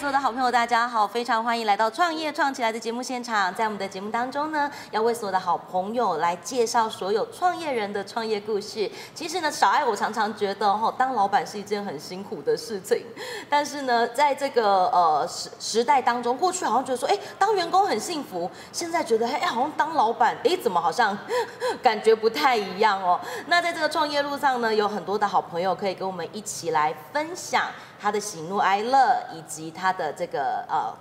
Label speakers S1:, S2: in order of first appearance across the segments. S1: 众朋友，大家好，非常欢迎来到《创业创起来》的节目现场。在我们的节目当中呢，要为所有的好朋友来介绍所有创业人的创业故事。其实呢，小爱我常常觉得哦，当老板是一件很辛苦的事情，但是呢，在这个呃时时代当中，过去好像觉得说，哎，当员工很幸福，现在觉得哎，好像当老板，哎，怎么好像 感觉不太一样哦？那在这个创业路上呢，有很多的好朋友可以跟我们一起来分享。他的喜怒哀乐，以及他的这个呃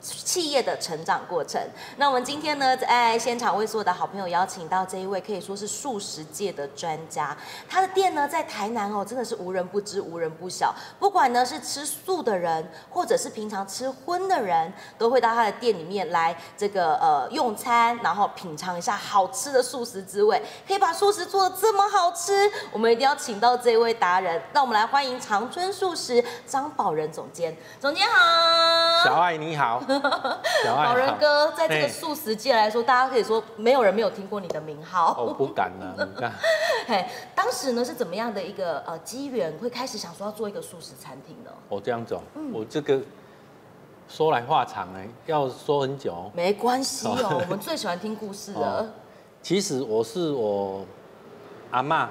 S1: 企业的成长过程。那我们今天呢，在现场为所有的好朋友邀请到这一位可以说是素食界的专家，他的店呢在台南哦，真的是无人不知、无人不晓。不管呢是吃素的人，或者是平常吃荤的人，都会到他的店里面来这个呃用餐，然后品尝一下好吃的素食滋味。可以把素食做的这么好吃，我们一定要请到这位达人。让我们来欢迎长春素食张宝仁总监，总监好。
S2: 小爱你 好，小爱
S1: 老人
S2: 好
S1: 哥在这个
S2: 哎
S1: 素食界来说，大家可以说没有人没有听过你的名
S2: 哦，
S1: 号。
S2: 不敢了，你看，
S1: 嘿，当时呢是怎么样的一个呃机缘，会开始想说要做一个素食餐厅呢？
S2: 我这样走，
S1: 嗯
S2: 我这个说来话长哎，要说很久哦。
S1: 没关系哦
S2: 哦，
S1: 我们最喜欢听故事
S2: 哦
S1: 了。
S2: 其实我是我阿嬷、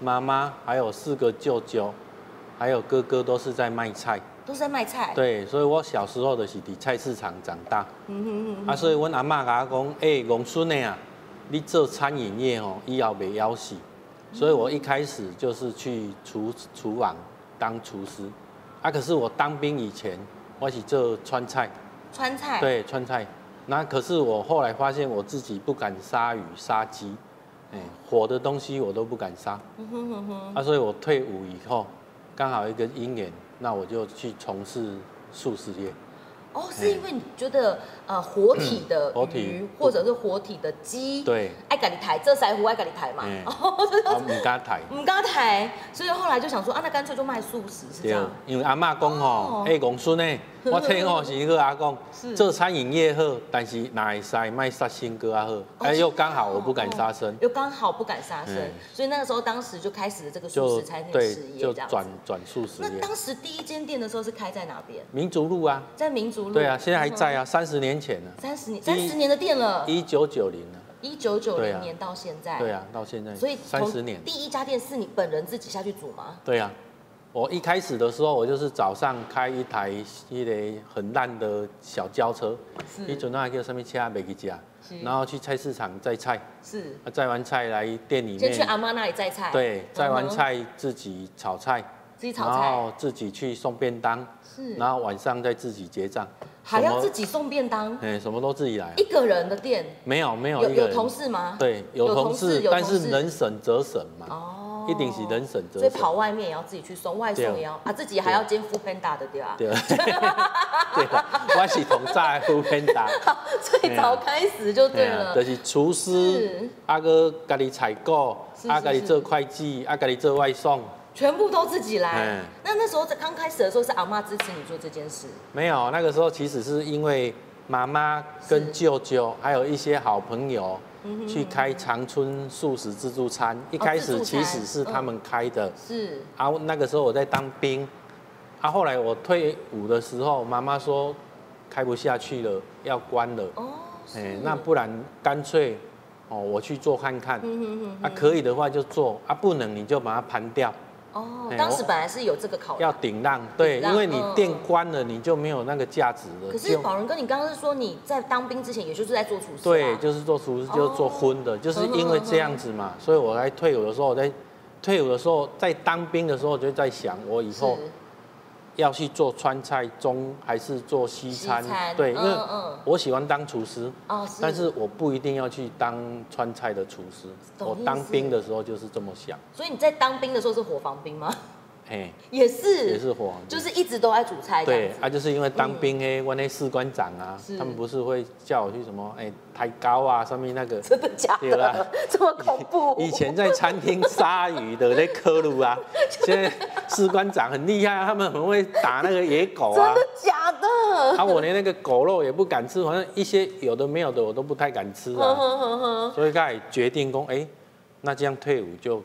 S2: 妈妈，还有四个舅舅，还有哥哥都是在卖菜。
S1: 都是在卖菜。，
S2: 对，所以我小时候就是伫菜市场长大。啊，所以阮阿嬷甲我讲，诶、戆孙的啊，你做餐饮业哦，以后袂枵死。所以我一开始就是去厨厨房当厨师。啊，可是我当兵以前，我是做川菜，
S1: 川菜。，
S2: 对，川菜。那可是我后来发现我自己不敢杀鱼、杀鸡，哎、火的东西我都不敢杀。
S1: 嗯
S2: 啊，所以我退伍以后，刚好一个姻缘，那我就去从事素食业。
S1: 哦，是因为你觉得呃活体的
S2: 活体
S1: 鱼或者是活体的鸡，，
S2: 对，
S1: 爱赶你抬，这腮胡爱赶你抬嘛。
S2: 嗯
S1: 哦，这
S2: 啊，唔敢抬。
S1: 我们嗯刚抬，所以后来就想说啊，那干脆就卖素食是这
S2: 对
S1: 样。，
S2: 因为阿嬷讲
S1: 哦
S2: 吼，哎，公孙呢，我听吼是个阿公
S1: 是
S2: 做餐饮业好，但是哪会使卖杀生哥啊好？
S1: 哦
S2: 哎，又刚好我不敢杀生，
S1: 又刚好不敢杀生
S2: 嗯，
S1: 所以那个时候当时就开始了这个素
S2: 就
S1: 食餐厅
S2: 对
S1: 事，业
S2: 就
S1: 这样
S2: 转
S1: 子。
S2: 转素食
S1: 那
S2: 业。
S1: 当时第一间店的时候是开在哪边？
S2: 民族路啊，
S1: 在民族路。
S2: 对啊，现在还在啊，三十年前呢，
S1: 三十年，
S2: 一
S1: 三十年的店了，
S2: 一九九零呢，
S1: 一九九
S2: 对
S1: 零
S2: 啊
S1: 年到现在。
S2: 对啊，到现在
S1: 哎所以
S2: 三十
S1: 从
S2: 年，
S1: 第一家店是你本人自己下去煮吗？
S2: 对啊。我一开始的时候，我就是早上开一台一个很烂的小轿车，一准那叫什么车袂记家
S1: 嗯是，
S2: 啊然后去菜市场摘菜，
S1: 是，
S2: 啊，摘完菜来店里
S1: 先去
S2: 面，
S1: 阿妈那里摘菜，
S2: 对，摘完
S1: 嗯
S2: 菜自己炒菜，
S1: 哼自己
S2: 然
S1: 炒菜，
S2: 后自己去送便当，
S1: 是，
S2: 然后晚上再自己结账，
S1: 还
S2: 什
S1: 要
S2: 么
S1: 自己送便当，
S2: 哎，什么都自己来，
S1: 一个人的店，
S2: 没有没有
S1: 有
S2: 一个
S1: 有
S2: 人，
S1: 同事吗？，
S2: 对，有
S1: 有同
S2: 同
S1: 事
S2: 事
S1: 有，
S2: 但
S1: 同事
S2: 是能省则省嘛，
S1: 哦，
S2: 一定是能省则
S1: 所以
S2: 省，
S1: 跑外面也要自己去送，外送
S2: 对啊
S1: 也要啊，自己还要兼 f o o Panda 的对啊。
S2: 对，对，我是同在乎便当。
S1: 最
S2: 啊
S1: 早开始就 对了。
S2: 就是厨师
S1: 是，
S2: 啊个家己采购
S1: 是，
S2: 啊
S1: 是
S2: 家己
S1: 是
S2: 做会计，啊家己做外送，
S1: 全部都自己来
S2: 嗯。
S1: 那那时候在刚开始的时候，是阿妈支持你做这件事，
S2: 没有，那个时候其实是因为妈妈跟舅舅还有一些好朋友去开长春素食自助餐，一开
S1: 嗯哦自
S2: 始
S1: 助餐嗯
S2: 其实是他们开的，
S1: 是
S2: 啊那个时候我在当兵，啊后来我退伍的时候，妈妈说开不下去了，要关了，
S1: 哦，是
S2: 哎、那不然干脆哦我去做看看，
S1: 嗯
S2: 啊可以的话就做，啊不能你就把它盘掉。
S1: 哦，
S2: 哎
S1: 当时
S2: 我
S1: 本来是有这个考
S2: 要
S1: 量。
S2: 顶让，对，
S1: 顶让
S2: 因为你
S1: 嗯
S2: 店
S1: 嗯
S2: 关了，你就没有那个价值了。
S1: 可是啊
S2: 就
S1: 宝仁哥，你刚刚是说你在当兵之前，也就是在做厨师、啊，
S2: 对，就是做厨师，就是做
S1: 哦嗯
S2: 荤的，就是因为这样子嘛，所以我在退伍的时候，我在退伍的时候，在当兵的时候，我就在想，我以后
S1: 是
S2: 要去做川菜中还是做西
S1: 西
S2: 餐？
S1: 餐
S2: 对，因为
S1: 嗯嗯
S2: 我喜欢当厨师，
S1: 哦，是
S2: 但是我不一定要去当川菜的厨师。
S1: 懂
S2: 我
S1: 意
S2: 当
S1: 思
S2: 兵的时候就是这么想，
S1: 所以你在当兵的时候是伙房兵吗？
S2: 嘿，
S1: 也是，
S2: 也是火。
S1: 就是一直都在煮菜这
S2: 对
S1: 样子，
S2: 啊，就是因为当兵诶，我那士官长啊
S1: 嗯是，
S2: 他们不是会叫我去什么诶抬高啊，上面那个
S1: 真的假
S2: 对啦
S1: 的？ 这么恐怖？
S2: 以前在餐厅杀鱼的那科鲁 啊，现在士官长很厉害啊，他们很会打那个野狗
S1: 真
S2: 啊
S1: 的。假的？
S2: 啊，我连那个狗肉也不敢吃，反正一些有的没有的我都不太敢吃啊啊，所以才决定说，哎、那这样退伍就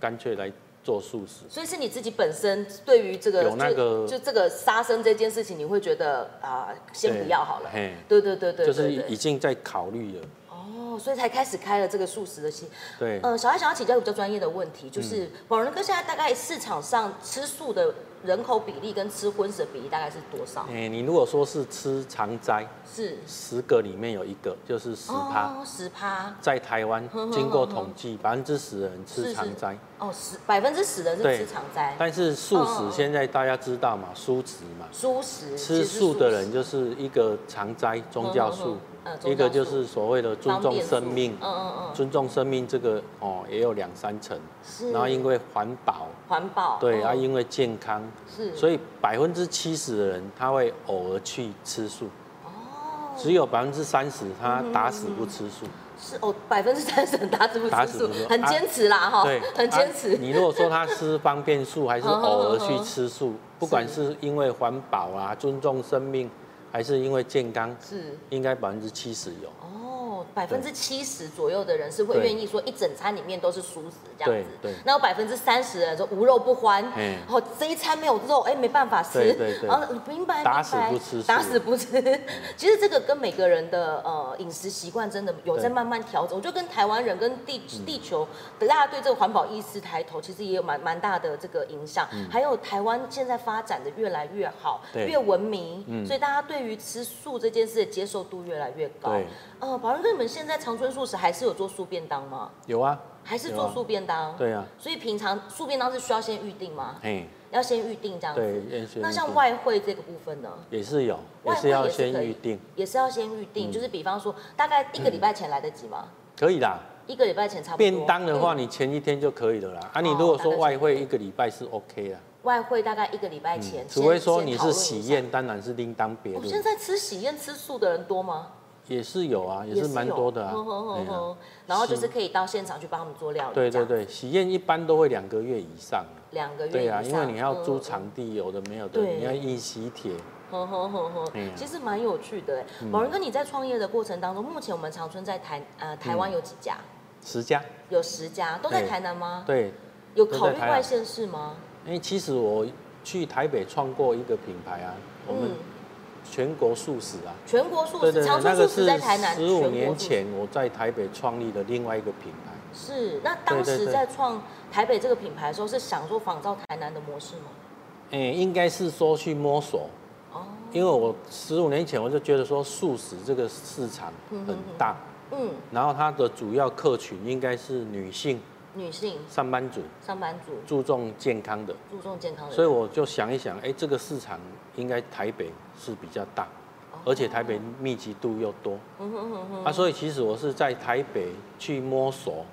S2: 干脆来做素食。
S1: 所以是你自己本身对于这个
S2: 有那个
S1: 就就这个杀生这件事情，你会觉得啊、先不要好了。
S2: 嘿
S1: 对对对对，
S2: 就是
S1: 对对
S2: 已经在考虑了。
S1: 哦，所以才开始开了这个素食的心。
S2: 对，嗯
S1: 呃，小爱想要请教一个比较专业的问题，就是宝仁哥现在大概市场上吃素的人口比例跟吃荤食的比例大概是多少？
S2: 哎，你如果说是吃常斋，
S1: 是哦
S2: 十个里面有一个就是十趴，，
S1: 十趴，
S2: 在台湾
S1: 哼哼
S2: 经过
S1: 哼
S2: 统计，百分之十的人
S1: 是
S2: 吃
S1: 是
S2: 常斋，
S1: 哦，十百分之十的人
S2: 对
S1: 是吃常斋，
S2: 但是素
S1: 嗯嗯
S2: 食
S1: 嗯
S2: 现在大家知道嘛，蔬食嘛，
S1: 素食
S2: 吃素的人
S1: 就
S2: 就是一个常斋宗教
S1: 嗯
S2: 素
S1: 嗯嗯嗯宗教，素
S2: 一个就是所谓的尊重生命
S1: 嗯，嗯嗯，
S2: 尊重生命这个哦也有两三成，
S1: 是，
S2: 然后因为环保，
S1: 环保，
S2: 对，
S1: 嗯
S2: 啊因为健康，
S1: 是，
S2: 所
S1: 以
S2: 以百分之七十的人他会偶尔去吃素，
S1: 哦，
S2: 只有百分之三十他打死不吃素，
S1: 是哦，百分之三十打死不
S2: 打
S1: 吃
S2: 死
S1: 素
S2: 不吃，
S1: 很
S2: 啊
S1: 坚持啦哈，
S2: 对，
S1: 哦很坚
S2: 啊
S1: 持，
S2: 你如果说他吃方 便素还是偶尔去吃
S1: 嗯
S2: 素，不管
S1: 是
S2: 是因为环保啊、尊重生命，还是因为健康，
S1: 是。
S2: 应该百分之七十有。
S1: 哦，百分之七十左右的人是会愿意说一整餐里面都是素食这样子，
S2: 对对
S1: 然后百分之三十的人说无肉不欢，
S2: 嗯
S1: 然后这一餐没有肉，哎，没办法吃，
S2: 对对对
S1: 然后明白，
S2: 打死
S1: 明白
S2: 不吃素嗯
S1: 打死不吃。 其实这个跟每个人的呃饮食习惯真的有在
S2: 对嗯
S1: 慢慢调整，我觉得跟台湾人跟地地球大家对这个环保意识抬头，其实也有蛮蛮大的这个影响。还有台湾现在发展的越来越好，
S2: 嗯对
S1: 越文明，
S2: 嗯
S1: 所以大家对于吃素这件事的接受度越来越高。
S2: 对
S1: 呃，宝仁哥，你们现在长春素食还是有做素便当吗？
S2: 有啊，
S1: 还是
S2: 有
S1: 做
S2: 啊
S1: 素便当？。
S2: 对啊，
S1: 所以平常素便当是需要先预定吗？
S2: 嘿，
S1: 要先预定这样子。
S2: 对，先先
S1: 那
S2: 预
S1: 像
S2: 定
S1: 外汇这个部分呢？
S2: 也是有，也
S1: 外汇
S2: 是要
S1: 也是可
S2: 先
S1: 以
S2: 预定，
S1: 也是要先预
S2: 嗯
S1: 定，就是比方说，大概一个礼拜前来得及吗？
S2: 可以啦。
S1: 一个礼拜前差不多。
S2: 便当的话，
S1: 嗯，
S2: 你前一天就可以了啦。啊，你
S1: 哦
S2: 如果
S1: 大概
S2: 说
S1: 是
S2: 外汇一个礼拜是 OK 啦，
S1: 外汇大概一个礼拜前，
S2: 嗯除
S1: 先
S2: 非说你是喜。
S1: 先
S2: 宴，当然是另当别
S1: 讨论一下哦现
S2: 论。
S1: 在吃喜宴吃素的人多吗？
S2: 也是有啊，也是蛮
S1: 哦有哦
S2: 多的啊。
S1: 哼哼
S2: 哎
S1: 哼
S2: 呀
S1: 哼然后就是
S2: 是
S1: 可以到现场去帮他们做料理。
S2: 对
S1: 这
S2: 对
S1: 样，
S2: 对，喜宴一般都会两个月以上啊。
S1: 两个月
S2: 对啊，
S1: 以
S2: 因
S1: 上
S2: 为你要
S1: 嗯
S2: 租。
S1: 嗯
S2: 场地，有的没有的，
S1: 对
S2: 你要印喜帖。
S1: 哼哼哼哼
S2: 哎呀，嗯
S1: 其实蛮有趣的哎。某人哥，你在创业的过程当中，目前我们长春在台呃台湾有几家？
S2: 十家，
S1: 有十家，都在
S2: 对
S1: 台南吗？
S2: 对，
S1: 有
S2: 都在
S1: 考虑
S2: 台南
S1: 外县市吗？
S2: 因为其实我去台北创过一个品牌啊，我们
S1: 嗯，
S2: 全国素食啊，
S1: 全国素
S2: 对
S1: 食，
S2: 对，
S1: 长
S2: 对
S1: 春
S2: 那
S1: 素
S2: 个
S1: 食
S2: 是
S1: 在台南，
S2: 十五
S1: 全国
S2: 年
S1: 素食
S2: 前我在台北创立的另外一个品牌，
S1: 是。那当
S2: 对
S1: 时
S2: 对
S1: 在创台北这个品牌的时候，是想说仿照台南的模式吗？
S2: 诶，应该是说去摸索，
S1: 哦，
S2: 因为我十五年前我就觉得说素食这个市场很大，
S1: 嗯，
S2: 然后它的主要客群应该是女性
S1: 女性
S2: 上班族，
S1: 上班族
S2: 注重健康的，
S1: 注重健康的人，
S2: 所以我就想一想，哎，这个市场应该台北是比较大，而且台北密集度又多，
S1: 哦嗯哼哼哼，
S2: 啊，所以其实我是在台北去摸索，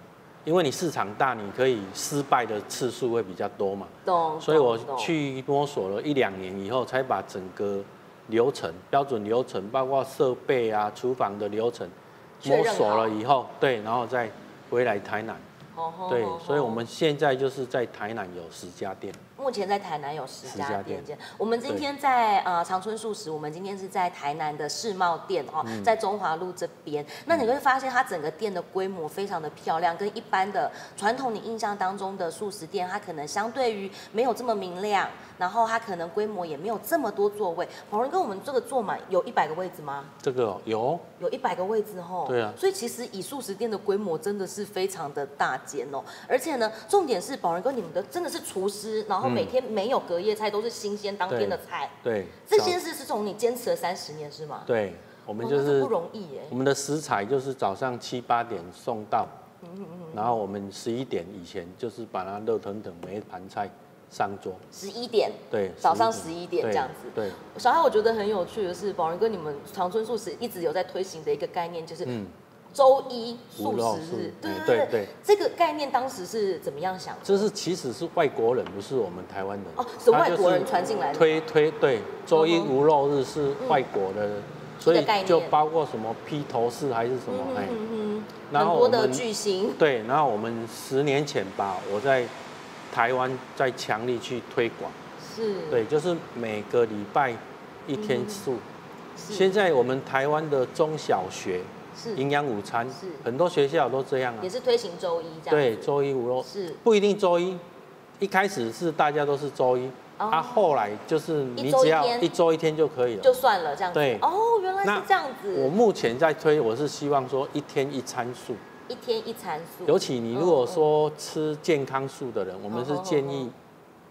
S2: 因为你市场大，你可以失败的次数会比较多嘛，
S1: 懂。
S2: 所以我
S1: 懂懂
S2: 去摸索了一两年以后，才把整个流程标准流程，包括设备啊、厨房的流程
S1: 确认
S2: 摸
S1: 好
S2: 索了以后，对，然后再回来台南，
S1: 吼吼
S2: 对
S1: 吼，
S2: 所以我
S1: 吼
S2: 们现在就是在台南有十家店，
S1: 目前在台南有十
S2: 十
S1: 家
S2: 家
S1: 店
S2: 店
S1: 这样我们今天在呃长春素食，我们今天是在台南的世贸店哦，在中华路这边。那你会发现它整个店的规模非常的漂亮，跟一般的传统你印象当中的素食店，它可能相对于没有这么明亮，然后它可能规模也没有这么多座位。黄仁哥，我们这个坐满有一百个位置吗？
S2: 这个哦有哦
S1: 有一百个位置哦，
S2: 对啊
S1: 所以其实以素食店的规模真的是非常的大间哦，而且呢，重点是宝仁哥你们的真的是厨师，然后每天没有隔夜菜，都是新鲜当天的菜，
S2: 对，
S1: 这件事是从你坚持了三十年是吗？
S2: 早，对，我
S1: 我
S2: 们就是
S1: 哦不容易耶，
S2: 我们的食材就是早上七八点送到，
S1: 嗯
S2: 然后我们十一点以前就是把它热腾腾每一盘菜上桌，
S1: 十一点。
S2: 对，
S1: 早上
S2: 11
S1: 11点这样子
S2: 对，对
S1: 小孩，我觉得很有趣的是，宝仁哥，你们长春素食一直有在推行的一个概念，就是
S2: 嗯，
S1: 周一
S2: 无
S1: 素
S2: 肉
S1: 食
S2: 素
S1: 日，
S2: 哎
S1: 对
S2: 对对
S1: 这个概念当时是怎么样想的？
S2: 这是其实是外国人，不是我们台湾人
S1: 哦，是
S2: 他
S1: 外
S2: 就
S1: 国人传进来的吗
S2: 推推对，周一
S1: 嗯哼
S2: 无肉日是外国的，所
S1: 一
S2: 以
S1: 个概念
S2: 就包括什么披头士还是什么，哎，
S1: 嗯嗯，
S2: 然
S1: 很
S2: 后
S1: 多
S2: 我
S1: 的
S2: 们
S1: 巨星，
S2: 对，然后我们十年前吧，我在台湾在强力去推广，
S1: 是，
S2: 对，就是每个礼拜一天素。
S1: 是，
S2: 现在我们台湾的中小学
S1: 嗯是
S2: 营养午餐
S1: 是，
S2: 很多学校都这样啊
S1: 也。是推行周一这样，
S2: 对，，周一无肉
S1: 是
S2: 不一定周一，一开始是大家都是周一，
S1: 哦
S2: 啊，后来就是
S1: 一
S2: 你
S1: 周一
S2: 只要
S1: 天
S2: 一周一天就可以了。
S1: 就算了这样子。
S2: 对
S1: 哦，原来是这样
S2: 我
S1: 子，
S2: 目前在推，我是希望说一天一餐素，
S1: 一天一餐素。
S2: 尤其你如
S1: 哦
S2: 果
S1: 哦
S2: 说吃健康素的人，我们是建
S1: 哦哦
S2: 议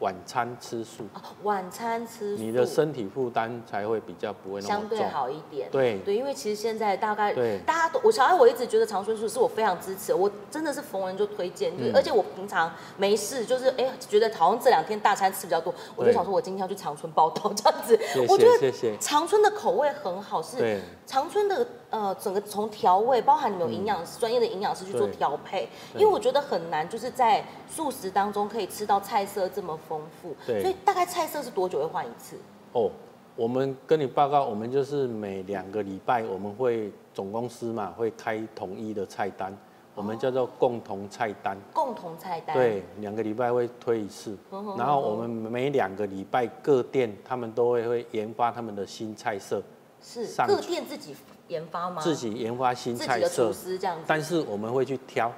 S2: 晚餐吃素，
S1: 哦晚餐吃素
S2: 你的身体负担才会比较不会那
S1: 相
S2: 么
S1: 对
S2: 重。
S1: 好一点。
S2: 对
S1: 对，因为其实现在大概
S2: 对
S1: 大家都，我小爱我一直觉得长春素是我非常支持，我真的是逢人就推荐，就是、
S2: 嗯
S1: 而且我平常没事就是哎、觉得好像这两天大餐吃比较多，我就想说我今天要去长春报 道这样子，
S2: 谢
S1: 我觉
S2: 谢
S1: 得
S2: 谢谢。
S1: 长春的口味很好，是
S2: 对
S1: 长春的呃整个从调味，包含你们有营养师、专业的营养师去做
S2: 对
S1: 调配，因为
S2: 对
S1: 我觉得很难，就是在素食当中可以吃到菜色这么丰富，
S2: 对
S1: 所以大概菜色是多久会换一次？
S2: 哦，我们跟你报告，我们就是每两个礼拜我们会总公司嘛会开统一的菜单，我们叫做共同菜单。
S1: 共同菜单，
S2: 对，两个礼拜会推一次
S1: 嗯哼，
S2: 然后我们每两个礼拜各店他们都会会研发他们的新菜色，
S1: 是
S2: 上
S1: 各
S2: 去
S1: 店自己研发吗？
S2: 自己研发新
S1: 自己
S2: 菜
S1: 的厨
S2: 色，
S1: 师这样子，
S2: 但是我们会去挑，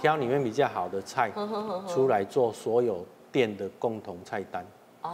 S2: 挑里面比较好的菜
S1: 哦呵呵呵呵
S2: 出来做所有店的共同菜单，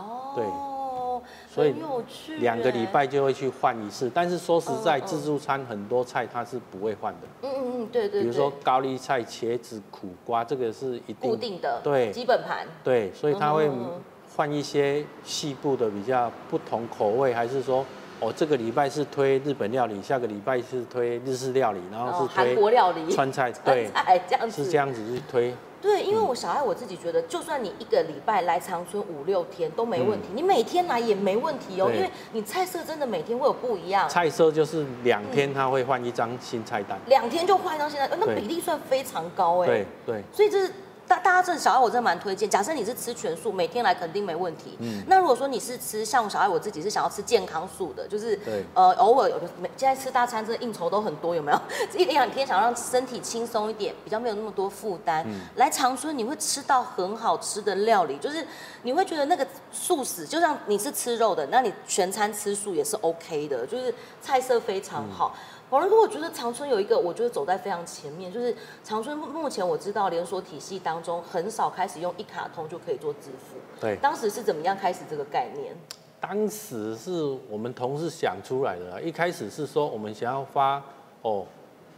S1: 哦，
S2: 所以
S1: 很有趣耶，
S2: 两个礼拜就会去换一次。但是说实在，
S1: 嗯嗯
S2: 自助餐很多菜它是不会换的，
S1: 嗯，嗯嗯，对对，
S2: 比如
S1: 对
S2: 说高丽菜、茄子、苦瓜，这个是一
S1: 固
S2: 定
S1: 定的，
S2: 对
S1: 基本盘，
S2: 对，所以他会
S1: 嗯嗯嗯
S2: 换一些细部的比较不同口味，还是说，哦，这个礼拜是推日本料理，下个礼拜是推日式料理，然
S1: 然后
S2: 后是
S1: 哦韩
S2: 推
S1: 国料理、嗯
S2: 川 菜，
S1: 川
S2: 对，
S1: 菜这样子，
S2: 是这样子去推。
S1: 对，
S2: 嗯
S1: 因为我小爱我自己觉得，就算你一个礼拜来长春五六天都没
S2: 嗯
S1: 问题，你每天来也没问题哦，
S2: 对
S1: 因为你菜色真的每天会有不一样，
S2: 菜色就是两天他会换一张新菜单，
S1: 两天就换到现在，呃那
S2: 对
S1: 比例算非常高哎。
S2: 对对
S1: 所以这是大大家这小爱我真的蛮推荐。假设你是吃全素，每天来肯定没问题。
S2: 嗯
S1: 那如果说你是吃像我小爱我自己是想要吃健康素的，就是
S2: 对
S1: 呃偶尔有的每现在吃大餐真的应酬都很多，有没有？ 一两天想让身体轻松一点，比较没有那么多负担。
S2: 嗯
S1: 来长春你会吃到很好吃的料理，就是你会觉得那个素食，就像你是吃肉的，那你全餐吃素也是 OK 的，就是菜色非常
S2: 嗯
S1: 好。反正我觉得长春有一个，我觉得走在非常前面，就是长春目目前我知道连锁体系当中很少开始用一卡通就可以做支付，
S2: 对。
S1: 当时是怎么样开始这个概念？
S2: 当时是我们同事想出来的啊，一开始是说我们想要发哦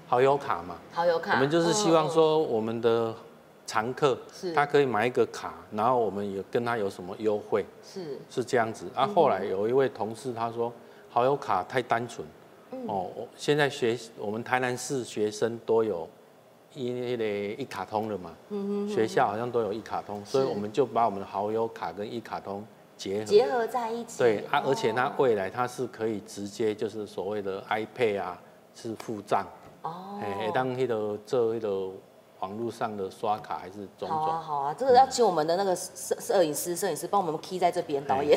S2: 好友卡嘛，
S1: 好友卡，
S2: 我们就是希望
S1: 嗯，
S2: 说，我们的常客
S1: 是
S2: 他可以买一个卡，然后我们有跟他有什么优惠，
S1: 嗯是
S2: 是这样子。啊，
S1: 嗯
S2: 后来有一位同事他说，好友卡太单纯，
S1: 嗯
S2: 哦，我现在学我们台南市学生都有一那类一卡通了嘛，
S1: 嗯
S2: 学校好像都有一卡通，所以
S1: 是
S2: 我们就把我们的好友卡跟一卡通结合。
S1: 结合在一起，
S2: 对啊，而且它
S1: 哦
S2: 未来它是可以直接就是所谓的 iPad 啊，是付账。
S1: 哦
S2: 哎，当迄个做迄个网络上的刷卡还是种
S1: 好啊，
S2: 种，
S1: 好啊，这个要请我们的那个摄摄影师，摄影师帮我们 key 在这边，导演，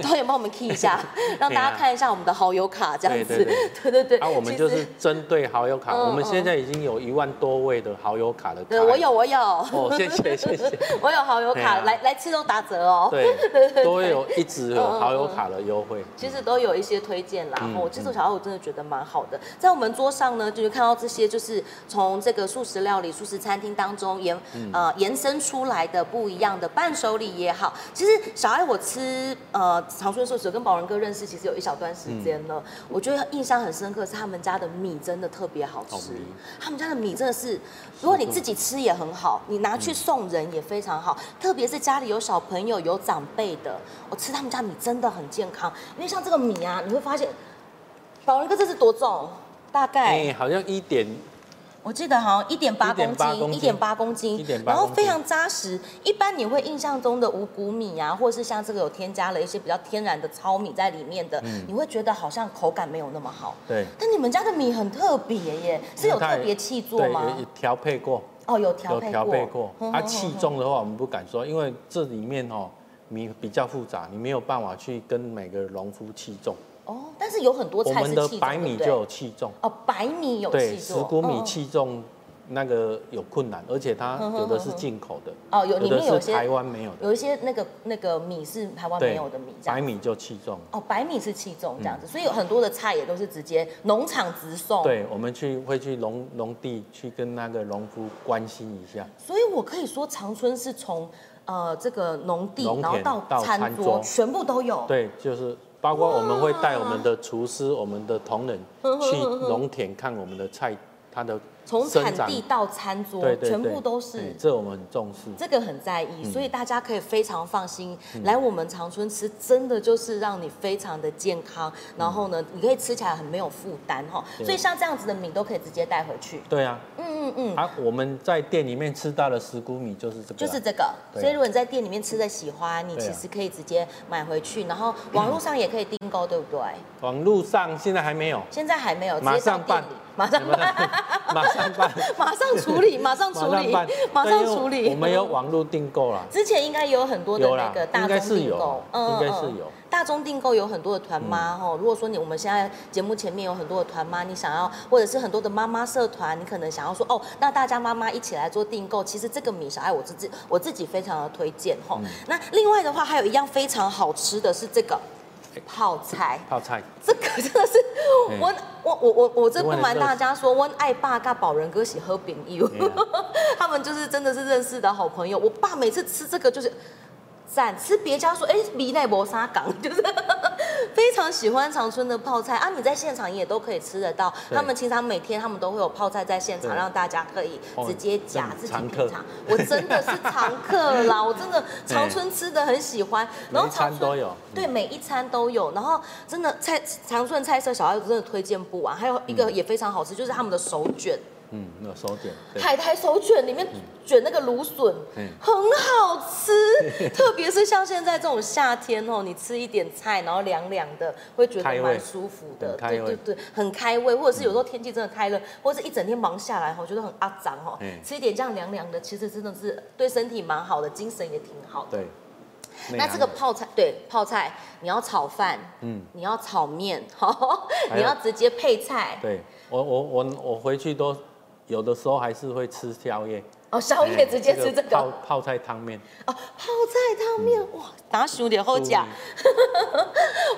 S1: 导演帮我 们 key 一 下，让大家看一下我们的好友卡这样子
S2: 对对。
S1: 对对对，
S2: 啊，我们就
S1: 其
S2: 是
S1: 实
S2: 针对好友卡，
S1: 嗯
S2: 我们现在已经有一万多位的好友卡的卡，
S1: 对呃我有我有
S2: 哦，谢谢 谢谢，
S1: 我有好友
S2: 对
S1: 卡，
S2: 啊
S1: 来来吃都打折哦。
S2: 对，都会有一直有好友卡的优惠，
S1: 嗯其实都有一些推荐啦。
S2: 嗯
S1: 我这种小孩我真的觉得蛮好的，在我们桌上呢，就是看到这些，就是从这个素食料理、素食餐厅当中延、
S2: 嗯
S1: 呃延伸出来的不一样的伴手礼也好。其实小爱我吃呃长春素食跟宝仁哥认识，其实有一小段时间
S2: 嗯
S1: 了。我觉得印象很深刻是他们家的米真的特别好吃，
S2: 哦米
S1: 他们家的米真的是，嗯如果你自己吃也很好，你拿去送人也非常好，特别是家里有小朋友、有长辈的，我吃他们家米真的很健康。因为像这个米啊，你会发现，宝仁哥这是多重？大概、
S2: 哎，好像一点
S1: 我记得好像一点八公
S2: 1.8
S1: 斤，
S2: 公
S1: 一
S2: 斤
S1: 点八公斤
S2: 1.8，
S1: 然后
S2: 公斤
S1: 非常扎实。一般你会印象中的五谷米啊，或者是像这个有添加了一些比较天然的糙米在里面的，你会觉得好像口感没有那么好。
S2: 对，
S1: 但你们家的米很特别耶，是有特别气做
S2: 嗯对
S1: 吗
S2: 有有？调配过，
S1: 哦，有调
S2: 有
S1: 配过。嗯
S2: 调配过，
S1: 哼
S2: 啊，
S1: 哼
S2: 气
S1: 哼
S2: 重的话我们不敢说，因为这里面哦米比较复杂，你没有办法去跟每个农夫气重，
S1: 哦，但是有很多
S2: 我
S1: 菜是
S2: 们
S1: 气
S2: 的
S1: 做
S2: 白
S1: 对
S2: 米
S1: 不对
S2: 就有气重。
S1: 哦，白米有
S2: 对，
S1: 气
S2: 石
S1: 做，
S2: 谷米
S1: 嗯。
S2: 器重那个有困难，而且它
S1: 哼哼
S2: 有的是进口的，
S1: 哦，嗯有里
S2: 的
S1: 面有
S2: 是台
S1: 些
S2: 湾没有的，
S1: 有一些那个那个米是台湾没有的米，这样
S2: 白。米就器重。
S1: 哦，白米是气种这样子，所以有很多的菜也都是直接农场直送。，
S2: 对，我们去会去农农地去跟那个农夫关心一下，
S1: 所以我可以说长春是从呃这个农地，
S2: 农
S1: 然后
S2: 田
S1: 到
S2: 到
S1: 餐
S2: 餐
S1: 桌
S2: 桌
S1: 全部都有。
S2: 对，就是包括我们会带
S1: 哇
S2: 我们的厨师、我们的同仁
S1: 哼哼
S2: 去
S1: 哼哼
S2: 农田看我们的菜，它的
S1: 从
S2: 生
S1: 产
S2: 长
S1: 地到餐桌，
S2: 对对对，
S1: 全部都是。
S2: 哎这我们很重视。
S1: 这个很在意，
S2: 嗯
S1: 所以大家可以非常放心、来我们长春吃，真的就是让你非常的健康，然后呢，你可以吃起来很没有负担哈。
S2: 对
S1: 所以像这样子的米都可以直接带回去。
S2: 对啊，
S1: 嗯嗯嗯，
S2: 啊，我们在店里面吃到的石谷米就是这个啦，
S1: 就是这个。
S2: 对啊
S1: 所以如果你在店里面吃的喜欢，你
S2: 对
S1: 其
S2: 啊
S1: 实可以直接买回去，然后网络上也可以订购，对不对？
S2: 网络上现在还 没有，
S1: 现在还没有，直
S2: 马
S1: 接到
S2: 上
S1: 店
S2: 办
S1: 里，马上办，
S2: 马上办，
S1: 马上处 理，马上处
S2: 马上
S1: 理
S2: 办，，
S1: 马
S2: 对
S1: 上
S2: 因为
S1: 处理。
S2: 我们有网络订 购啦，
S1: 之前应该有很多的
S2: 有
S1: 那
S2: 啦
S1: 个大
S2: 应该
S1: 宗
S2: 是
S1: 订
S2: 有
S1: 购，嗯
S2: 应该是有
S1: 大宗订购有很多的团妈哦。如果说你我们现在节目前面有很多的团妈，你想要或者是很多的妈妈社团，你可能想要说哦，那大家妈妈一起来做订购，其实这个米小爱我自己我自己非常的推荐吼。那另外的话，还有一样非常好吃的是这个泡菜。
S2: 泡菜，
S1: 这个真的是
S2: 哎
S1: 我我我我我真不
S2: 我也
S1: 瞒
S2: 是
S1: 大家说，我爱爸跟宝仁哥喜喝饼油
S2: 哎呀，
S1: 他们就是真的是认识的好朋友。我爸每次吃这个就是赞，吃别家说哎米奈博沙港，就是 非常喜欢长春的泡菜啊。你在现场也都可以吃得到，
S2: 对
S1: 他们经常每天他们都会有泡菜在现场，
S2: 对
S1: 让大家可以
S2: 哦
S1: 直接夹
S2: 真
S1: 自己
S2: 常
S1: 品
S2: 客
S1: 尝。我真的是常客啦，我真 的长春吃的很喜欢，然后
S2: 每一餐
S1: 长春
S2: 都有嗯
S1: 对每一餐都有，然后真的菜长顺菜色小孩子真的推荐不完，还有一个也非常好吃，就是他们的手卷，
S2: 嗯，有手点，对
S1: 海苔手卷里面卷那个芦笋，
S2: 嗯
S1: 很好 吃，特别是像现在这种夏天哦，你吃一点菜，然后凉凉的，会觉
S2: 开
S1: 得
S2: 胃
S1: 蛮舒服的，
S2: 很开
S1: 对
S2: 胃
S1: 对对，很开胃，或者是有时候天气真的太热，或者是一整天忙下来哦，觉得很阿脏哦
S2: 嗯，
S1: 吃一点这样凉凉的，其实真的是对身体蛮好的，精神也挺好的。
S2: 对，
S1: 那
S2: 内
S1: 这个
S2: 行的
S1: 泡菜，对泡菜，你要炒饭，嗯
S2: 嗯，
S1: 你要炒面， 好，
S2: 还有
S1: 你要直接配菜，
S2: 对我我我我回去都有的时候还是会吃宵夜，
S1: 哦，宵夜
S2: 哎
S1: 直接吃这个，
S2: 泡
S1: 哦，
S2: 泡菜汤面，
S1: 泡菜汤面，
S2: 嗯
S1: 哇，打熟点后讲，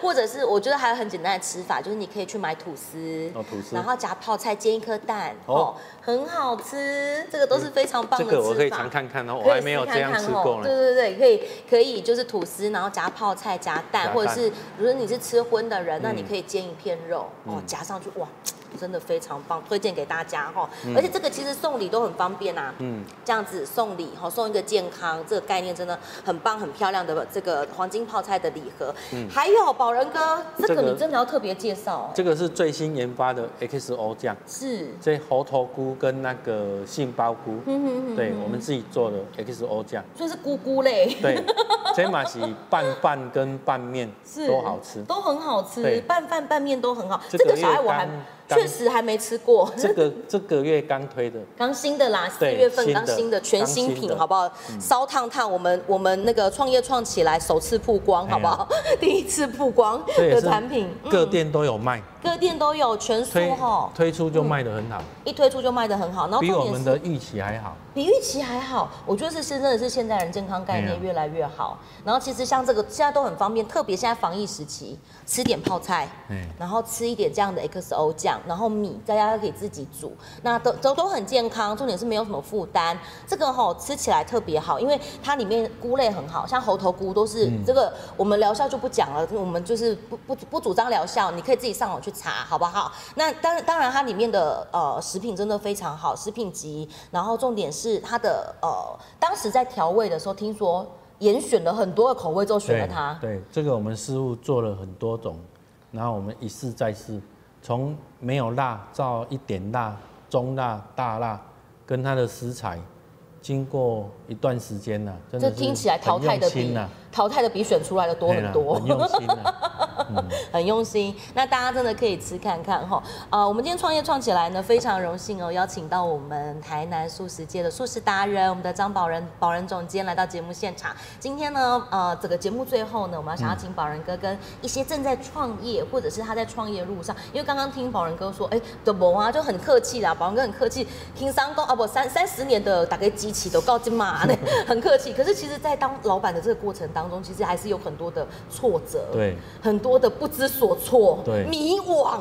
S1: 或者是我觉得还有很简单的吃法，就是你可以去买吐司，
S2: 哦吐司
S1: 然后夹泡菜煎一颗蛋，哦
S2: 哦，嗯
S1: 很好吃，这个都是非常棒
S2: 这
S1: 的
S2: 个
S1: 吃
S2: 我
S1: 法。
S2: 可以尝看看哦，
S1: 可以
S2: 我还没有
S1: 试
S2: 这
S1: 看
S2: 样
S1: 看
S2: 吃
S1: 哦对
S2: 过呢。
S1: 对对，可以可以，就是吐司，然后夹泡菜、夹蛋，
S2: 夹
S1: 或者
S2: 蛋
S1: 是如果你是吃荤的人，那
S2: 嗯
S1: 你可以煎一片肉，哦，夹上去，哇，真的非常棒，推荐给大家哈、哦。而且这个其实送礼都很方便啊，
S2: 嗯，
S1: 这样子送礼哈，送一个健康这个概念真的很棒、很漂亮的这个黄金泡菜的礼盒。还有宝仁哥，这
S2: 嗯这
S1: 个
S2: 个
S1: 你真的要特别介绍、哦，
S2: 这个是最新研发的 XO 酱，
S1: 是，
S2: 这猴头菇跟那个杏鲍菇，
S1: 嗯嗯嗯，
S2: 对我们自己做的 XO 酱，
S1: 所以是菇菇类。
S2: 对，这马是拌饭跟拌面
S1: 是
S2: 都好吃。
S1: 都很好吃
S2: 对，
S1: 拌饭拌面都很好。这
S2: 这个
S1: 个小爱我还
S2: 月刚
S1: 确实还没吃过，
S2: 这个这个月刚推的，
S1: 刚新的啦，四
S2: 对
S1: 月份
S2: 新的
S1: 刚新的全新
S2: 刚新
S1: 品，
S2: 的嗯
S1: 好不好？烧烫烫，我们我们那个创业创起来首次曝光，好不好？ 第一次曝光
S2: 哎这也
S1: 的
S2: 是
S1: 产品，嗯
S2: 各
S1: 哦
S2: 店都有卖，
S1: 各店都有全数
S2: 推
S1: 哈，
S2: 推出就卖得很好，
S1: 一推出就卖得很好。然后
S2: 比我
S1: 重点
S2: 们的
S1: 哦是
S2: 预期还好。
S1: 比预期还好，我觉得这是真的是现在人健康概
S2: 哎
S1: 念
S2: 呀
S1: 越来越好。然后其实像这个现在都很方便，特别现在防疫时期，吃点泡菜，
S2: 哎
S1: 然后吃一点这样的 XO 酱，然后米大家都可以自己煮，那都都都很健康，重点是没有什么负担。这个吼、吃起来特别好，因为它里面菇类很好，像猴头菇都是、这个我们疗效就不讲了，我们就是不不不主张疗效，你可以自己上网去查，好不好？那当当然它里面的呃食品真的非常好，食品级，然后重点是它的呃当时在调味的时候，听说严选了很多的口味之后选了它，
S2: 对，这个我们师傅做了很多种，然后我们一试再试，从没有辣到一点辣、中辣、大辣，跟它的食材，经过一段时间呢、真
S1: 这
S2: 的是
S1: 听起来淘汰的
S2: 很用
S1: 比、
S2: 心呐
S1: 淘汰的比选出来的多
S2: 对
S1: 很
S2: 啦
S1: 多，
S2: 很用心呐
S1: 很用心。那大家真的可以吃看看哈。呃，我们今天创业创起来呢，非常荣幸哦，邀请到我们台南素食界的素食达人，我们的张宝仁宝仁总监来到节目现场。今天呢，呃，整个节目最后呢，我们要想要请宝仁哥跟一些正在创业或者是他在创业路上，因为刚刚听宝仁哥说，哎，的某啊就很客气啦，宝仁哥很客气，听三公啊不三三十年的大概机器都告金嘛呢，很客气。可是其实，在当老板的这个过程当中，其实还是有很多的挫折。
S2: 对
S1: 很多的不知所措，
S2: 对
S1: 迷惘。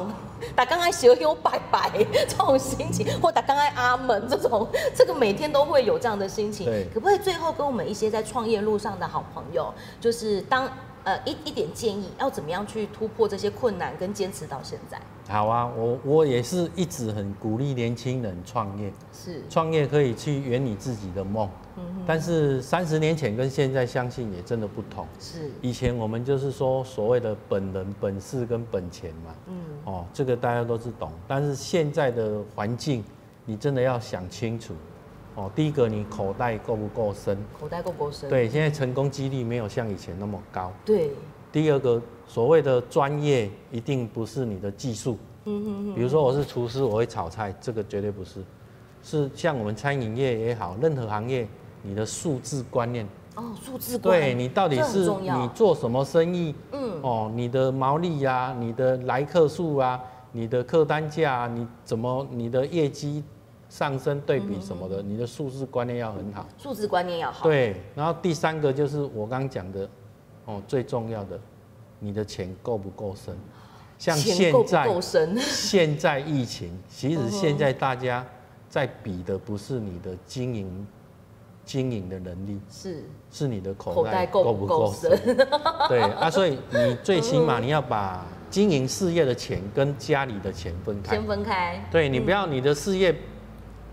S1: 打刚爱蛇有拜拜 这种心情，或打刚爱阿门这种，这个每天都会有这样的心情。
S2: 对
S1: 可不可以最后跟我们一些在创业路上的好朋友，就是当呃一一点建议，要怎么样去突破这些困难跟坚持到现在？
S2: 好啊，我我也是一直很鼓励年轻人创业，
S1: 是，
S2: 创业可以去圆你自己的梦。
S1: 嗯
S2: 但是三十年前跟现在相信也真的不同。
S1: 是，
S2: 以前我们就是说所谓的本人、本事跟本钱嘛，
S1: 嗯，
S2: 哦，这个大家都是懂。但是现在的环境，你真的要想清楚。哦，第一个你口袋够不够深？
S1: 口袋够不够深？
S2: 对，现在成功几率没有像以前那么高。
S1: 对，
S2: 第二个，所谓的专业一定不是你的技术。
S1: 嗯
S2: 比如说我是厨师，我会炒菜，这个绝对不是。是像我们餐饮业也好，任何行业，你的素质观念，
S1: 哼哼，哦，数字观
S2: 对你到底
S1: 这很
S2: 是
S1: 重
S2: 你
S1: 要，
S2: 做什么生意，
S1: 嗯，
S2: 哦，你的毛利呀、你的来客数啊，你的客单价、啊，你怎么你的业绩上升对比什么的，你的数字观念要很好。
S1: 数字观念要嗯好，
S2: 对，然后第三个就是我刚讲的，哦，最重要的，你的钱够不够深？像
S1: 钱
S2: 现
S1: 够不
S2: 在
S1: 够深？嗯
S2: 现在疫情，其实现在大家在比的不是你的经营经营的能力，
S1: 是，
S2: 是你的口
S1: 口袋
S2: 袋
S1: 够
S2: 够
S1: 不
S2: 不
S1: 够
S2: 够
S1: 深
S2: 深。对啊，所以你最起码你要把经营事业的钱跟家里的钱分开
S1: 先。分开，
S2: 对你不要你的事业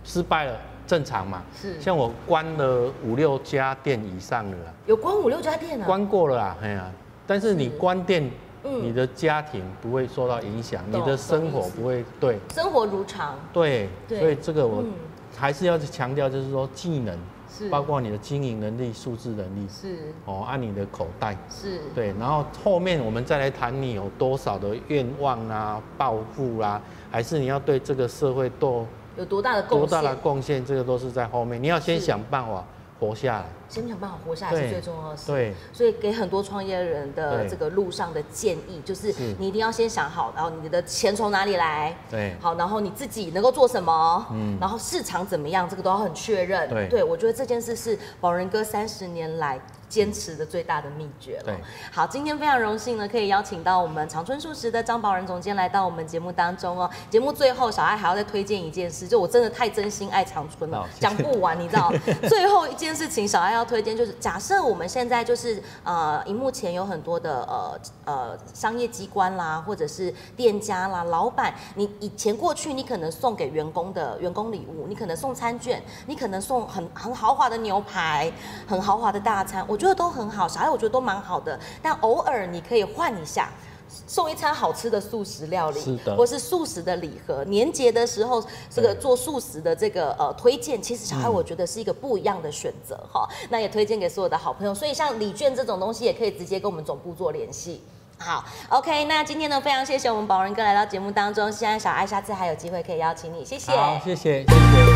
S2: 失败了，正常嘛。
S1: 是
S2: 像我关了五六家店以上了啦，
S1: 有关五六家店啊，
S2: 关过了啦，哎呀、但是你
S1: 是
S2: 关店，
S1: 嗯
S2: 你的家庭不会受到影响，
S1: 懂
S2: 你的生
S1: 懂
S2: 活
S1: 意思
S2: 不会对。
S1: 生活如常，
S2: 对，
S1: 对
S2: 所以这个我
S1: 嗯
S2: 还是要强调，就是说技能，
S1: 是
S2: 包括你的经营能力、数字能力，
S1: 是
S2: 哦，按、你的口袋，
S1: 是，
S2: 对，然后后面我们再来谈你有多少的愿望啊、抱负啊，还是你要对这个社会多
S1: 有多大的贡献？
S2: 多大的贡献，这个都是在后面，你要先
S1: 是
S2: 想办法活下来。
S1: 先想办法活下来是
S2: 对
S1: 最重要的事。
S2: 对，
S1: 所以给很多创业人的
S2: 对
S1: 这个路上的建议，就是
S2: 是
S1: 你一定要先想好，然后你的钱从哪里来，
S2: 对
S1: 好，然后你自己能够做什么，嗯，然后市场怎么样，这个都要很确认。
S2: 对
S1: 我觉得这件事是宝仁哥三十年来坚持的最大的秘诀了。
S2: 对
S1: 好，今天非常荣幸呢，可以邀请到我们长春素食的张宝仁总监来到我们节目当中哦。节目最后，小爱还要再推荐一件事，就我真的太真心爱长春了
S2: 好，谢谢
S1: 哦讲不完，你知 道。最后一件事情，小爱要推荐就是，假设我们现在就是呃，荧幕前有很多的呃呃商业机关啦，或者是店家啦、老板，你以前过去你可能送给员工的员工礼物，你可能送餐券，你可能送很很豪华的牛排，很豪华的大餐，我觉得都很好，小爱我觉得都蛮好的，但偶尔你可以换一下。送一餐好吃的素食料理，
S2: 是的
S1: 或是素食的礼盒。年节的时候，这个
S2: 对嗯
S1: 做素食的这个呃推荐，其实小孩我觉得是一个不一样的选择哈、那也推荐给所有的好朋友，所以像礼券这种东西，也可以直接跟我们总部做联系。好，OK，那今天呢，非常谢谢我们宝仁哥来到节目当中，希望小爱下次还有机会可以邀请你，谢谢。
S2: 好，谢谢，谢谢。